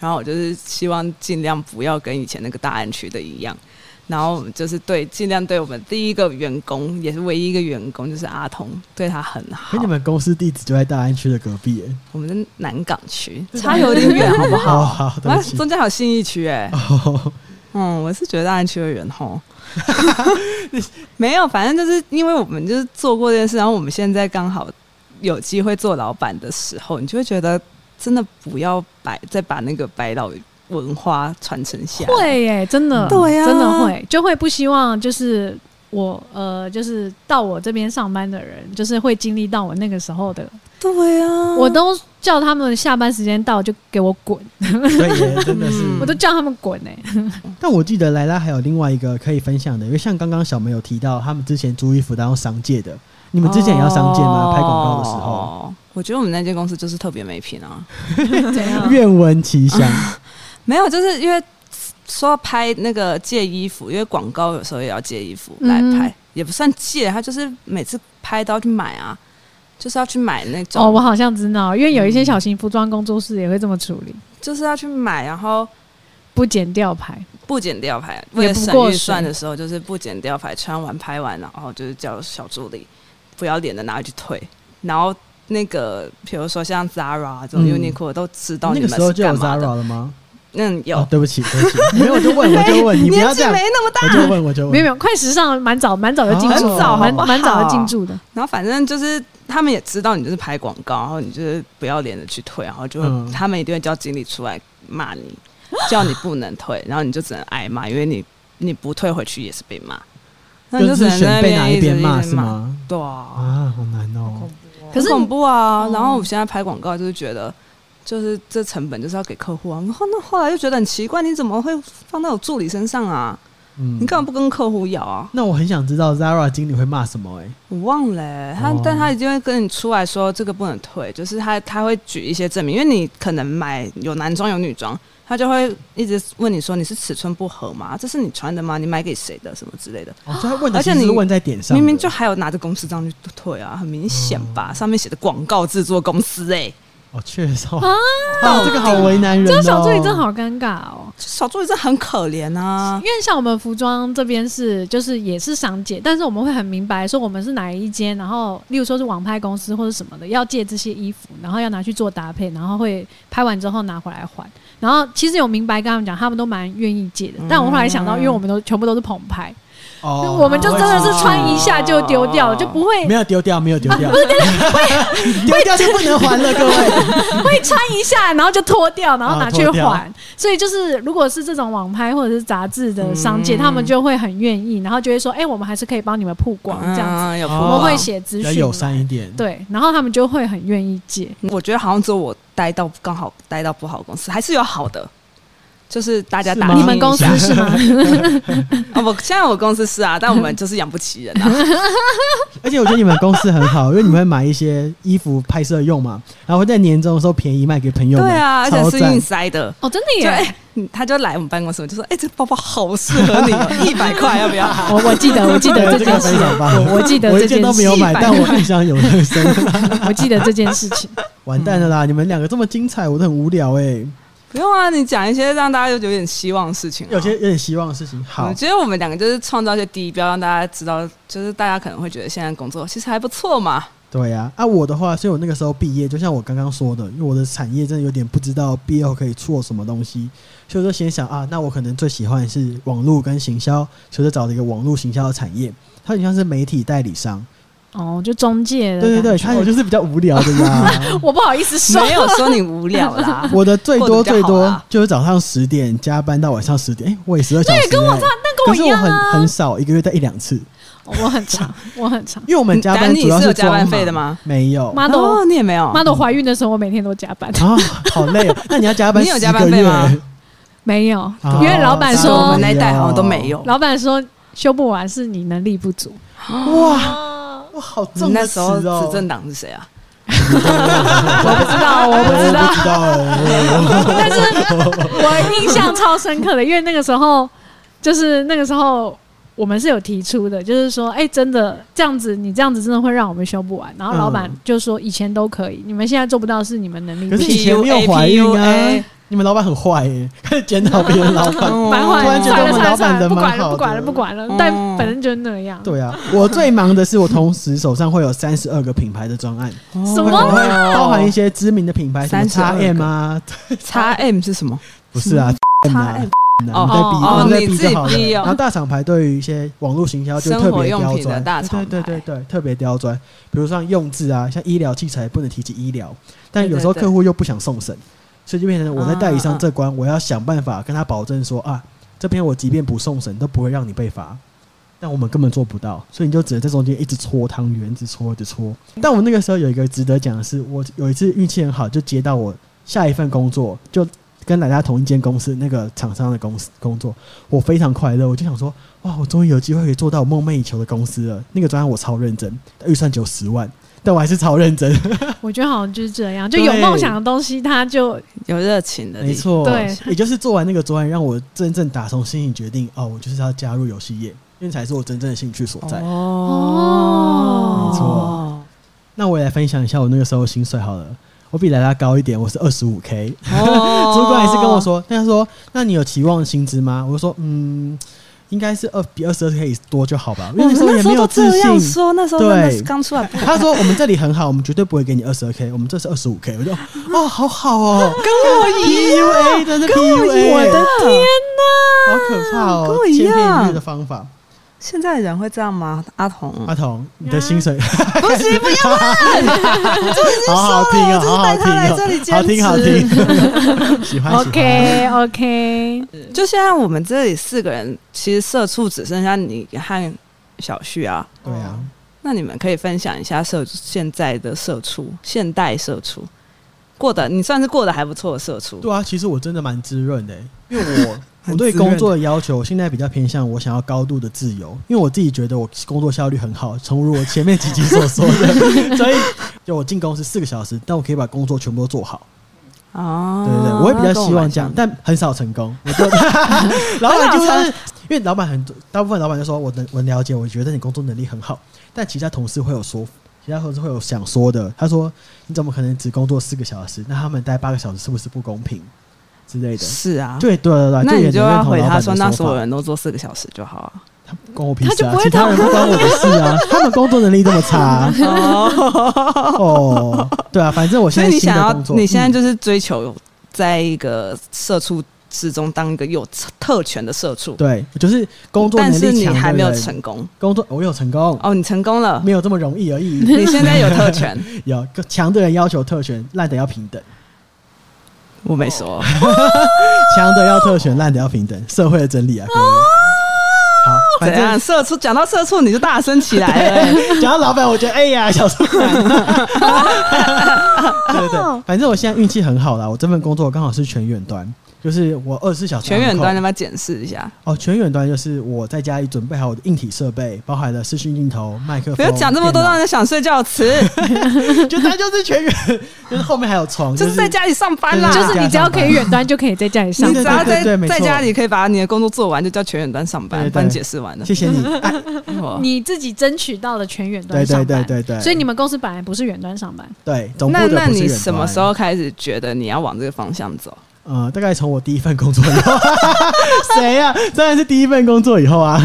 A: 然后我就是希望尽量不要跟以前那个大安区的一样。然后我们就是对尽量对我们第一个员工，也是唯一一个员工，就是阿童，对他很好
C: 可你。们公司地址就在大安区的隔壁耶，
A: 我们的南港区差有点远，好不好？
C: 好好，对
A: 啊
C: 不，起。
A: 中间还有信义区哎、
C: 哦，
A: 嗯，我是觉得大安区的人吼， 没有，反正就是因为我们就是做过这件事，然后我们现在刚好有机会做老板的时候，你就会觉得真的不要白再把那个白老文化传承下来。
B: 会耶、真的，
A: 对
C: 啊
A: 呀
B: 嗯真的会，就会不希望就是我呃，就是到我这边上班的人，就是会经历到我那个时候的，
A: 对啊，
B: 我都叫他们下班时间到就给我滚，
C: 对耶，真的是
A: 嗯。
B: 我都叫他们滚哎、
C: 但我记得莱拉还有另外一个可以分享的，因为像刚刚小梅有提到，他们之前租衣服都要用商借的，你们之前也要商借吗？啊拍广告的时候，
A: 哦，我觉得我们那间公司就是特别没品啊。
B: 怎
A: 嗯
B: 样？
C: 愿闻其详。
A: 没有，就是因为说到拍那个借衣服，因为广告有时候也要借衣服
B: 嗯
A: 来拍，也不算借，他就是每次拍都要去买啊，就是要去买那种，
B: 哦，我好像知道，因为有一些小型服装工作室也会这么处理，
A: 就是要去买，然后
B: 不剪掉牌。
A: 不剪吊牌，
B: 不
A: 为了省
B: 过
A: 预
B: 时
A: 算的时候，就是不剪吊牌，穿完拍完，然后就是叫小助理不要脸的拿回去退，然后。那个，比如说像 Zara 啊这种
C: 嗯
A: Uniqlo 都知道 你
C: 那个
A: 们
C: 时候
A: 是
C: 就有
A: 干嘛
C: Zara
A: 的。
C: 了吗？
A: 嗯，有
C: 哦，对不起，对不起，没有我就问，我就问，你 不
A: 年
C: 要
A: 纪
C: 这样
A: 没，那么大，
C: 我就问，我就问，
B: 没有没有，快时尚蛮早蛮早就进驻
C: 哦啊很
B: 了，
C: 早
B: 蛮
A: 好不好
B: 蛮早就进驻的。
A: 然后反正就是他们也知道你就是拍广告，然后你就是不要脸的去退，然后就会、
C: 嗯
A: 他们一定会叫经理出来骂你，叫你不能退，然后你就只能挨骂，因为你你不退回去也是被骂，那你
C: 就
A: 只
C: 是
A: 能在那
C: 选被哪
A: 边一
C: 一
A: 直
C: 边骂
A: 一直
C: 是？吗？
A: 对啊，
C: 啊，好难哦。
B: 可是
A: 很恐怖啊！
B: 哦
A: 然后我现在拍广告就是觉得。就是这成本就是要给客户啊，然后那后来就觉得很奇怪，你怎么会放到我助理身上啊？
C: 嗯
A: 你干嘛不跟客户要啊？
C: 那我很想知道 Zara 经理会骂什么哎、
A: 我忘了欸、他，
C: 哦
A: 但他一定会跟你出来说这个不能退，就是他他会举一些证明，因为你可能买有男装有女装，他就会一直问你说你是尺寸不合吗？这是你穿的吗？你买给谁的？什么之类的，
C: 哦，所以他问的
A: 而且
C: 其实是
A: 你
C: 问在点上的，
A: 明明就还有拿着公司章去退啊，很明显
C: 嗯
A: 吧？上面写的广告制作公司、欸，哎，
C: 哦，确实哦，啊，这个好为难人、哦，
B: 这个小助理真好尴尬哦，
A: 小助理真的很可怜啊
B: 因。
C: 嗯
B: 为像我们服装这边是就是也是商借，但是我们会很明白说我们是哪一间，然后例如说是网拍公司或者什么的，要借这些衣服，然后要拿去做搭配，然后会拍完之后拿回来还。然后其实有明白跟他们讲，他们都蛮愿意借的。但我后来想到，因为我们都全部都是捧拍，
C: 哦，
B: 我们就真的是穿一下就丢掉了，
A: 哦
B: 就不会
C: 没有丢掉，没有丢
B: 啊
C: 掉， 丢掉就不能还了，各位。
B: 会穿一下，然后就脱掉，然后拿去
C: 啊脱掉
B: 还。所以就是，如果是这种网拍或者是杂志的商界，
A: 嗯
B: 他们就会很愿意，然后就会说：“哎、我们还是可以帮你们曝光这样子。
A: 嗯有
C: 我
B: 我
C: 哦
B: 们会
A: 曝
B: 写资
C: 比较
B: 讯，
C: 友善一点，，
B: 对，然后他们就会很愿意借。
A: 光我觉得好像只有我待到刚好待到不好的公司，还是有好的。就是大家
C: 是
A: 打
C: 吗
A: 听
B: 你们公司
A: 一下
B: 是吗？
A: 啊，我现在我公司是啊，但我们就是养不起人 啊。
C: 而且我觉得你们公司很好，因为你们会买一些衣服拍摄用嘛，然后会在年终的时候便宜卖给朋友们，
A: 对啊，而且
C: 超
A: 是
C: 赞
A: 硬。塞的。
B: 哦，真的
A: 就
B: 耶！
A: 哎、嗯他就来我们办公室，我就说：“哎、这包包好适合你哦， 一百块要不 要？”
B: 我我记得，我记得
C: 对
B: 这
C: 这个
B: 件事
C: 分，享吧，
B: 我我记得
C: 我
B: 这
C: 一
B: 件
C: 件都没有
B: 事，
C: 买，但我印象有很深。
B: 我记得这件事情。
C: 完蛋了啦！你们两个这么精彩，我都很无聊哎、
A: 不用啊，你讲一些让大家有有点希望的事情、啊。
C: 有些有点希望的事情。好
A: 我，觉得我们两个就是创造一些低标，让大家知道，就是大家可能会觉得现在工作其实还不错嘛。
C: 对呀、啊，我的话，所以我那个时候毕业，就像我刚刚说的，因为我的产业真的有点不知道毕业后可以做什么东西，所以我就先想啊，那我可能最喜欢的是网络跟行销，所以就找了一个网络行销的产业，它很像是媒体代理商。
B: 哦，就中介的
C: 对对对，
B: 感觉
C: 它我就是比较无聊的呀。，
B: 我不好意思说，
A: 没有说你无聊啦
C: 我的最多
A: 过得比
C: 最
A: 较好
C: 多
A: 啦
C: 就是早上十点加班到晚上十点，哎、我也十二小时、欸。跟我差，那
B: 跟我
C: 可是
B: 一
C: 我
B: 样
C: 很
B: 啊
C: 很少，一个月带一两次，
B: 我很 长，我很长。
C: 因为我们加班
A: 但你
C: 主要
A: 是有加
C: 装
A: 班
C: 忙
A: 费的吗？
C: 没有。
B: 妈的，
A: 哦，你也没有，
B: 妈的，怀孕的时候我每天都加班，
C: 啊，好累、哦！那你要加班
A: 你有
C: 10
A: 加班
C: 个
A: 费
C: 月
A: 吗
B: 没有，
C: 哦
B: 因为老板
A: 是我
B: 说
A: 们，那一代好像都没有。
B: 老板说修不完是你能力不足。
C: 哇哇，好
A: 你
C: 重
A: 那
C: 的词
A: 时候
C: 哦！
A: 执政党是谁啊？
B: 我不知道，我不知道
C: 我，不 知道 哎，
B: 但是我印象超深刻的，因为那个时候就是那个时候我们是有提出的，就是说，哎、真的这样子，你这样子真的会让我们修不完。然后老板
C: 嗯
B: 就说，以前都可以，你们现在做不到是你们能力
C: 可
B: 不
C: 是
B: 行。
C: 以前没有怀孕啊
A: PUA。
C: 你们老板很坏哎，开始检讨别人 老板。
B: 蛮
C: 突
B: 坏
C: 然
B: 的，
C: 觉
B: 算了
C: 得我们
B: 算
C: 老
B: 了算了，
C: 板人
B: 不管
C: 蛮
B: 了
C: 好
B: 不管了
C: 的。
B: 不管了
A: 嗯，
B: 但反正就是那样。
C: 对啊，我最忙的是我同时手上会有三十二个品牌的专案，
B: 什
C: 会
B: 么啊
C: 包含一些知名的品牌，什么
A: 32
C: XM 啊，
A: 叉 M 是什么？
C: 不是啊，M 啊，你
A: 哦
C: 在比，
B: 哦
C: 你在
A: 你
C: 比
A: 自己
C: 就好了。
A: 比哦
C: 然后大厂牌对于一些网络行销就特
A: 生活
C: 别
A: 用
C: 刁
A: 品的
C: 钻，
A: 大
C: 对
A: 厂
C: 对
A: 牌
C: 对对，特别刁钻。比如像用字啊，像医疗器材不能提及医疗，但
A: 对
C: 有
A: 对
C: 时候
A: 对
C: 客户又不想送审，所以就变成我在代理
A: 啊
C: 商
A: 啊
C: 这关，我要想办法跟他保证说啊，这边我即便不送审都不会让你被罚。但我们根本做不到，所以你就只能在中间一直搓汤圆，一直搓，一直搓。但我那个时候有一个值得讲的是，我有一次运气很好，就接到我下一份工作，就跟大家同一间公司那个厂商的公司工作，我非常快乐。我就想说，哇，我终于有机会可以做到我梦寐以求的公司了。那个专案我超认真，预算只有十万，但我还是超认真。
B: 我觉得好像就是这样，就有
C: 对
B: 梦想的东西，它就
A: 有热情的，
C: 没。错，
B: 对
C: 也就是做完那个专案，让我真正打从心里决定，哦，我就是要加入游戏业，因为才是我真正的兴趣所在。
A: 哦，
C: 没错那我也来分享一下我那个时候的薪水好了。我比莱拉高一点，我是二十五 K。
A: 哦
C: 主管也是跟我，说，他说：“那你有期望薪资吗？”我就说：“嗯，应该是二比二十二 K 多就好吧。”因
A: 我
C: 为
A: 们
C: 时候
A: 那
C: 也
A: 时
C: 没
A: 候都
C: 有自
A: 这样
C: 信。
A: 说，那时候
C: 对
A: 真的是刚出来 不
C: 他说：“我们这里很好，我们绝对不会给你二十二 K，我们这是二十五 K。”我就哦，好好 哦，跟我 PUA 真的 PUA，
A: 我的天哪，
C: 好可怕哦，
A: 跟我一
C: 千篇一律的啊
A: 样。
C: 方法。
A: 现在人会这样吗？阿童
C: 阿，童，你的薪水
A: 嗯不行，不要
C: 好好听啊，好好
A: 带
C: 听
A: 他来
C: 啊
A: 这里，
C: 好听好听
A: 兼，
C: 喜欢喜欢。
B: OK OK。
A: 就现在我们这里四个人，其实社畜只剩下你和小旭啊。
C: 对啊，
A: 那你们可以分享一下社现在的社畜，现代社畜过得你算是过得还不错的社畜。
C: 对啊，其实我真的蛮滋润的欸，因为我我
A: 很
C: 对
A: 滋润
C: 工作的要求现在比较偏向我想要高度的自由，因为我自己觉得我工作效率很好，诚如我前面几集所说 的，所以就我进公司四个小时，但我可以把工作全部都做好，
A: 哦，
C: 对对对，我也比较希望这样，
A: 那跟我蛮像的
C: 但很少成功。我就 老 板就是因为老板很多大部分老板就说我能我了解，我觉得你工作能力很好，但其他同事会有说。其他同事会有想说的，他说：“你怎么可能只工作四个小时？那他们待八个小时是不是不公平之类的？”
A: 是啊。
C: 对对对对，
A: 那你就
C: 也能
A: 要
C: 认同
A: 回
C: 老板
A: 他
C: 的
A: 说，
C: 说
A: 那所有
C: 法
A: 人都做四个小时就好啊。
C: 他关我屁
B: 他
C: 事
B: 就
C: 啊
B: 不，会
C: 其他
B: 讨
C: 人不关我的事 啊，他们工作能力这么差啊、哦，对啊，反正我
A: 所
C: 现
A: 以你
C: 在新
A: 想
C: 的
A: 要
C: 工，作，
A: 你现在
C: 嗯
A: 就是追求在一个社畜之中当一个有特权的社畜，
C: 对，我就是工作能
A: 但
C: 力
A: 是
C: 强的
A: 你还没有
C: 人
A: 成功
C: 工作，我有成功，
A: 哦，你成功了，
C: 没有这么容易而已。
A: 你现在有 特权，
C: 有强的人要求特权，烂的要平等；
A: 我没
C: 哦
A: 说，
C: 强的要特权，烂的要平等。社会的真理啊，各位。好，
A: 哦怎
C: 反
A: 样？
C: 正
A: 社畜讲到社畜你就大声起来了、
C: 讲到老板，我觉得哎 呀，小树懒。
A: 哦
C: 对对对，反正我现在运气很好啦，我这份工作刚好是全远端，就是我二十四小时
A: 全远
C: 航空
A: 端要不要检视一下？
C: 哦，全远端就是我在家里准备好我的硬体设备，包含了视讯镜头、麦克风。
A: 不要讲这么多让
C: 电
A: 人想睡觉的词，
C: 脑，就它就是全远， 就是后面还有床，
A: 就是是在家里上班
C: 对
A: 啦。
C: 对
B: 就
C: 对
B: 是你只要可以远端，就可以在家里上
A: 你
C: 对
A: 只
C: 对
A: 要
C: 对对
A: 在
C: 没错
A: 在家里可以把你的工作做完，就叫全远端上
C: 对
A: 班，
C: 对
A: 帮你解释完了。
C: 谢谢你，哎
A: 哇
B: 你自己争取到了全远端
C: 对
B: 上
C: 对
B: 班。
C: 对对对，
B: 所以你们公司本来不是远端上班，
C: 对总部
A: 那
C: 的
A: 那
C: 嗯不是
A: 你
C: 远端
A: 什么时？候开始觉得你要往这个方向走？
C: 呃，大概从我第一份工作 以后，谁呀、当然是第一份工作以后啊。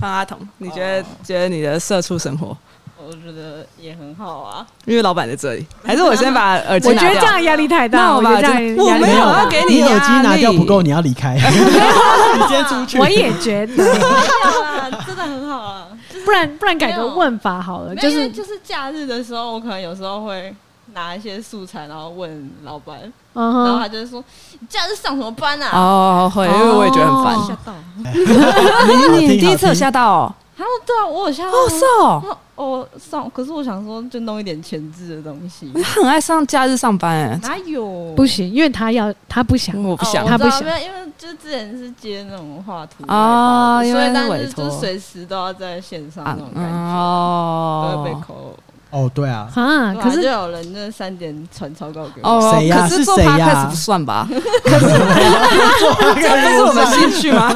A: 换阿童，你觉
C: 哦
A: 得、觉得你的社畜生活？
D: 我觉得也很好 啊。
A: 因为老板在这里，还是我先把耳机
B: 我
A: 拿
B: 觉
A: 掉？
B: 得这样压力太大，
A: 那
B: 我
A: 我
B: 觉
A: 把
B: 得这样
A: 这
B: 压
A: 我
B: 力
A: 没
B: 太
A: 有
B: 大
A: 要给你
C: 耳机
A: 压
C: 拿掉
A: 力
C: 不够，你要 离开，你先出去。
B: 我也觉得，
D: 没有啊，真的很好啊。
B: 不然不然改个问法好了，就
D: 没有因
B: 是
D: 为就是假日的时候，我可能有时候会拿一些素材，然后问老板，
B: 嗯
D: 然后他
B: 哼，
D: 就说：“你假日上什么班啊
A: 哦，会，因为我也觉得很
B: 哦
A: 烦。
D: 到。 啊，
C: 好听
A: 你第一次有
C: 好听
A: 吓到哦？
D: 对啊，我有下
A: 哦，是哦，
D: 我我上，可是我想说，就弄一点前置的东 西。
A: 他很爱上假日上班哎，
D: 哪有？
B: 不行，因为他要他不想，
A: 我不想
D: 哦、
B: 他
D: 我
B: 不
D: 知道
B: 想
D: 没有因为就之前是接那种画图
A: 哦
D: 外包的
A: 因为
D: 所以但
A: 是
D: 是
A: 委托
D: 就随时都要在线上那
A: 啊
D: 种感觉，都会被
A: 哦。
D: 扣。
C: 哦，对啊，
B: 啊，
D: 对啊
B: 可
D: 就是有人那三点传草稿给我，
A: 哦，
C: 谁呀
A: 可
C: 是
A: 做
C: 谁呀
A: podcast 不算 吧？可是
C: 啊
A: 这不是我们兴趣 吗？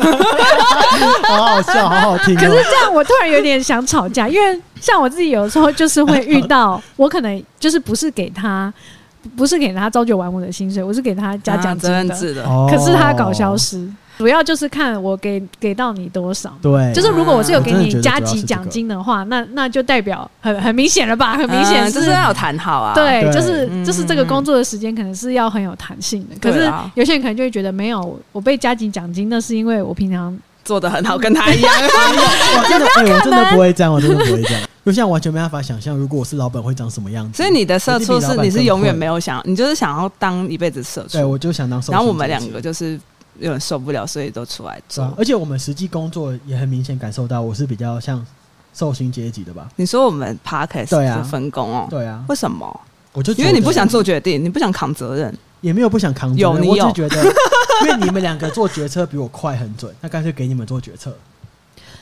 C: 好好笑，好好听、哦。
B: 可是这样，我突然有点想吵架，因为像我自己有时候就是会遇到，我可能就是不是给他，不是给他朝九晚五的薪水，我是给他加奖金
A: 责任
B: 的，
A: 制的，
C: 哦
B: 可是他搞消失，主要就是看我给给到你多少。
C: 对，
B: 就是如果我是有给
C: 我真的觉
B: 你
C: 得
B: 加
C: 主要是
B: 急
C: 这
B: 奖
C: 个
B: 金的
A: 哎
B: 话，那那就代表很很明显了吧？很明显
A: 嗯就是要有谈好啊。
B: 对，
C: 对
B: 就是
A: 嗯
B: 就是这个工作的时间可能是要很有弹性的。可
A: 对
B: 是
A: 啊
B: 有些人可能就会觉得没有，我我被加紧奖金，那是因为我平常
A: 做的很好，跟他一样。
C: 哎 我真的，哎我真的不会这样，我真的不会这样。就像完全没办法想象，如果我是老板会长什么样子。
A: 所以你的社畜
C: 我是比老
A: 是
C: 板
A: 你是
C: 更
A: 永远
C: 会
A: 没有想，你就是想要当一辈子社
C: 对
A: 畜。
C: 我就想当受。
A: 然后我们两个。就是有点受不了，所以都出来
C: 是啊
A: 做，。
C: 而且我们实际工作也很明显感受到，我是比较像受薪阶级的吧？
A: 你说我们 podcast
C: 对啊
A: 的分工哦，
C: 对啊，
A: 为什么？
C: 我就觉
A: 因
C: 得哦
A: 为你不想做，决定，你不想扛责任。
C: 也没有不想扛责任
A: 有你
C: 我只
A: 有
C: 是 觉得，因为你们两个做决策比我快很准，那干脆给你们做决策。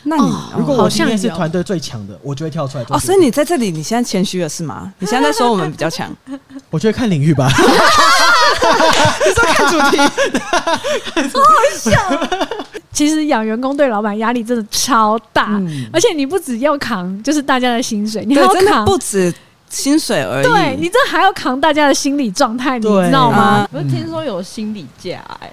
A: 那你
B: 哦
C: 如果
B: 好
C: 我
B: 像
C: 今天是
B: 有
C: 团队最强的，我就会跳出来做
A: 哦，
C: 决策。
A: 所以你在这里，你现在谦虚了是吗？你现在在说我们比较 强，
C: 我觉得看领域吧，
A: 看主题。
B: 其实养员工对老板压力真的超大，
C: 嗯
B: 而且你不只要扛就是大家的薪水，你还
A: 对
B: 要，
A: 真的
B: 扛
A: 不止薪水而已。嗯
B: 对你这还要扛大家的心理状态，你
C: 对
B: 知道吗？
A: 啊
D: 我听说有心理假哎、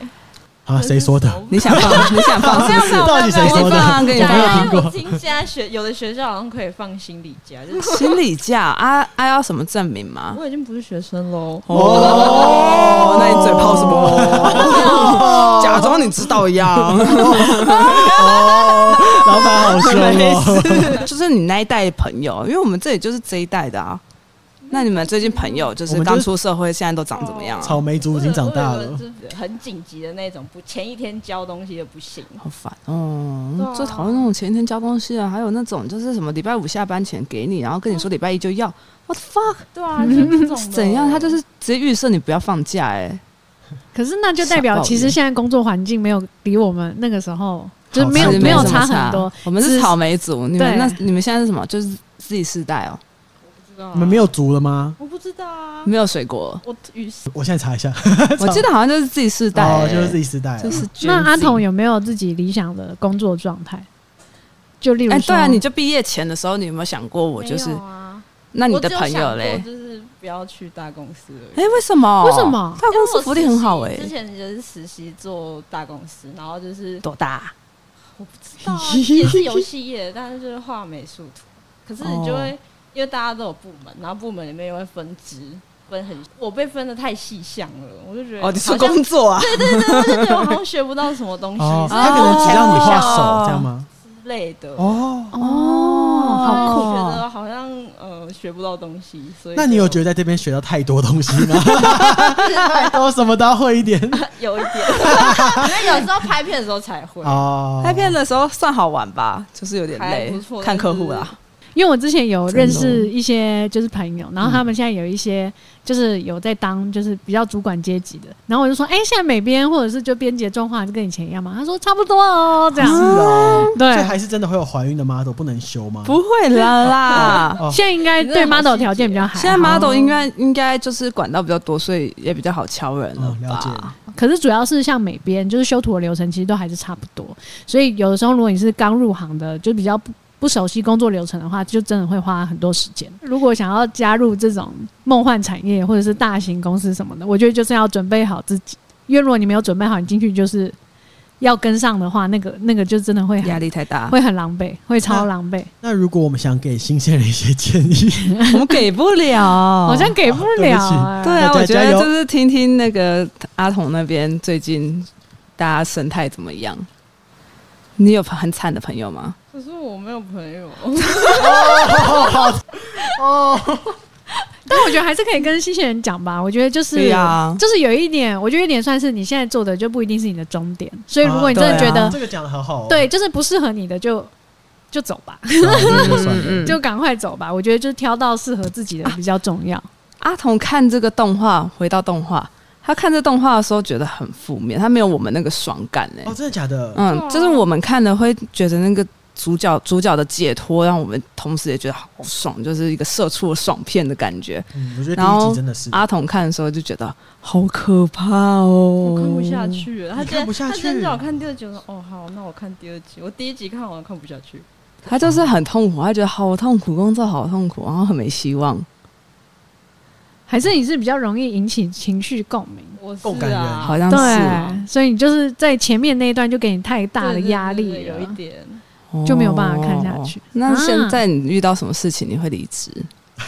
C: 啊，谁 说的？
A: 你想 放，你想放是不是？
C: 到底谁说的？
A: 放给你
D: 对
C: 我没有
D: 啊
A: 放
C: 听过
D: 因为我听现在学有的学校好像可以放心理假，就是
A: 心理假啊啊，要什么证明吗？
D: 我已经不是学生喽。
A: 哦，那你嘴炮什么？ 假装你知道一样，
C: 哦，老板好凶哦！
A: 就是你那一代的朋友，因为我们这里就是这一代的啊。那你们最近朋友就
C: 我
A: 是
C: 们就是
A: 刚出社会，现在都长怎么样啊？
C: 草莓族已经长大
D: 我有
C: 了
D: 个，就是很紧急的那种，不前一天交东西的不行。
A: 好烦哦！
D: 啊
A: 就讨论那种前一天交东西啊，还有那种就是什么礼拜五下班前给你，然后跟你说礼拜一就要，what the fuck
D: 对啊，就是这种的
A: 是怎样？他就是直接预设你不要放假哎，
B: 可是那就代
A: 小
B: 表
A: 抱怨
B: 其实现在工作环境没有比我们那个时候就是没有
C: 好差
A: 哦其实
B: 没有
A: 什么
B: 差很多。
A: 我们
B: 只
A: 是
B: 是
A: 草莓族，你们
B: 对
A: 那你们现在是什么？就是自己世代哦，
D: 不知道啊
C: 你们没有族了吗？
D: 我不知道
B: 嗯
D: 啊，
A: 没有水果。
D: 我于是
C: 我现在查一下，
A: 我记得好像就是自己世代
C: 哦，
A: 欸，
C: 就是自己嗯时代了，
A: 就是
B: 那阿童
A: 有
B: 有没有自己理想的工作状态？就例如
A: 哎，
B: 说，
A: 对啊，你就毕业前的时候，你有没有想过我就是
D: 没有啊
A: 那你
D: 我
A: 的
D: 只有
A: 朋
D: 想
A: 友
D: 过
A: 嘞？
D: 就是不要去大公司而已。
A: 哎，为什么？
B: 为什？么？
A: 大公司福利很好
D: 因为
A: 哎
D: 我实习，之前就是实习做大公司，然后就是
A: 多大？啊
D: 我不知 道啊、也是游戏业，但是就是画美术图。可是你就
C: 哦
D: 会、因为大家都有部门，然后部门里面又会分支，分很我被分的太细项了，我就觉得
A: 哦，你说
D: 好像
A: 工作啊？
D: 对对对，我就觉得我 好像学不到什么东西
C: 哦，
D: 之
C: 他可能只让你画手
A: 哦
C: 这样吗？
D: 类的。
C: 哦，
B: 哦
D: 然
B: 好
D: 后
B: 酷
D: 我觉
A: 哦！
D: 得好像呃学不到东西，所以
C: 那你有觉
D: 得
C: 得在这边学到太多东西 吗？太多什么都要会一点
D: 有一 点？因为有时候拍片的时候才会。
C: 哦，
A: 拍片的时候算好玩吧，就是有点
D: 还
A: 累
D: 不错，嗯
A: 看客户啦。
B: 因为我之前有
A: 真的
B: 认识一些就是朋友，然后他们现在有一些就是有在当就是比较主管阶级的，然后我就说，哎、现在美编或者是就编辑的状况还是跟以前一样吗？他说差不多哦，这
C: 是
B: 样。
C: 哦，
B: 对
C: 所以还是真的会有怀孕的 model 不能休吗？
A: 不会 啦啦。
C: 哦
B: 现在应该对
D: 你真的好
B: model
D: 细
B: 条件比较还好，
A: 现在 model 应该应该就是管道比较多，所以也比较好敲人了
C: 哦，了解。
A: 吧？
B: 可是主要是像美编，就是修图的流程其实都还是差不多，所以有的时候如果你是刚入行的，就比较不不熟悉工作流程的话，就真的会花很多时间。如果想要加入这种梦幻产业或者是大型公司什么的，我觉得就是要准备好自己，因为如果你没有准备好，你进去就是要跟上的话，那个那个就真的会
A: 压
B: 很
A: 力太大，
B: 会很狼狈，会超狼狈，
C: 那如果我们想给新鲜人一些建议，
A: 我们给不 了，
B: 好像给哦不了、啊
A: 对啊，
C: 大家
A: 我觉
C: 加
A: 得
C: 油
A: 就是听听那个阿童那边最近大家生态怎么样。你有很惨的朋友吗？
D: 可是我没有朋友，
C: 哦
B: 但我觉得还是可以跟新鲜人讲 吧。我觉得就是，
A: 对呀
B: 就是有一点，我觉得有一点算是你现在做的就不一定是你的终点，所以如果你真的觉得、
A: 啊
C: 这个讲的很好哦，
B: 对，就是不适合你的就就走 吧，
C: 啊，这个就算了。
A: 嗯
B: 就赶快走吧。我觉得就是挑到适合自己的比较重要。
A: 阿童看这个动画，回到动画，他看这动画的时候觉得很负面，他没有我们那个爽感哎、
C: 哦，真的假的？
A: 嗯，就是我们看了会觉得那个主角主角的解脱，让我们同时也觉得好爽，就是一个社畜的爽片的感觉。
C: 嗯，我觉得
A: 然
C: 第一
A: 后啊
C: 集真的是，
A: 阿童看的时候就觉得好可怕哦，
D: 我看不下。去了。他
C: 你看
D: 今天
C: 不下
D: 他今天
C: 去
D: 叫我看第二集，我说哦好，那我看第二集。我第一集看完看不下去，
A: 他就是很痛苦，他觉得好痛苦，工作好痛苦，然后很没希望。
B: 还是你是比较容易引起情绪共鸣，
D: 我是
C: 够感人
D: 啊，
A: 好像是
B: 对，所以你就是在前面那一段就给你太大的
D: 对对
B: 压
D: 对
B: 力啊了，
D: 对有一点。
A: 哦
B: 就没有办法看下去
A: 那现
B: 啊
A: 在你遇到什么事情你会离职？我先问一
B: 干嘛要
C: 你现在就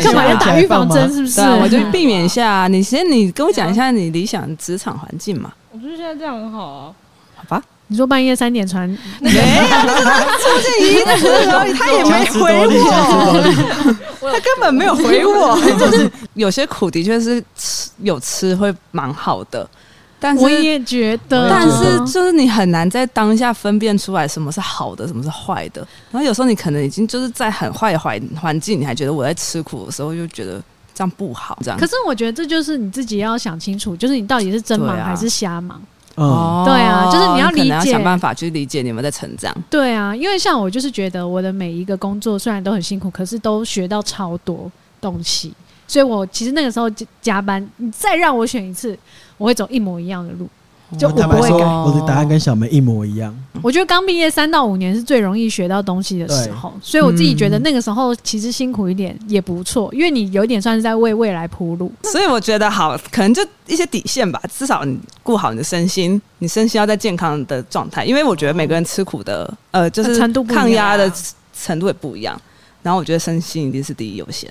A: 下
C: 是。
B: 打预防针？是不是？
A: 对啊，我就避免一下啊。你先，你跟我讲一下你理想职场环境嘛，
D: 我觉得现在这样很好啊，
A: 好吧？
B: 你说半夜三点传，
A: 没有，出现疑的时候，他也没
C: 强词夺理
A: 回
C: 强词
A: 我，
C: 夺理
D: 我有
A: 他根本没有回我。就是有些苦的确是吃有吃会蛮好的，但是
B: 我也觉得，
A: 但是就是你很难在当下分辨出来什么是好的，什么是坏的。然后有时候你可能已经就是在很坏的环环境，你还觉得我在吃苦的时候，就觉得这样不好，
C: 啊
A: 这样
B: 可。是我觉得这就是你自己要想清楚，就是你到底是真忙
A: 对啊
B: 还是瞎忙。
C: 嗯，
A: 哦
B: 对啊就是你要
A: 可能要
B: 理解
A: 想办法去理解你们在成长。
B: 对啊，因为像我就是觉得我的每一个工作虽然都很辛苦，可是都学到超多东西，所以我其实那个时候加加班，你再让我选一次，我会走一模一样的路。就
C: 我
B: 我
C: 哦坦
B: 不
C: 白
B: 会
C: 说，
B: 改。
C: 我的答案跟小梅一模一样。
B: 我觉得刚毕业三到五年是最容易学到东西的时候，所以我自己觉得那个时候其实辛苦一点也不错，因为你有点算是在为未来铺路。
A: 嗯所以我觉得好，可能就一些底线吧。至少你顾好你的身心，你身心要在健康的状态。因为我觉得每个人吃苦的，呃，就是
B: 程度不一样啊
A: 抗压的程度也不一样。然后我觉得身心一定是第一优先。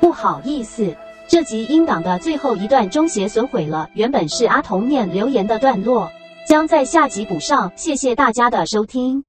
E: 不好意思，这集音档的最后一段中邪损毁了，原本是阿童念留言的段落，将在下集补上。谢谢大家的收听。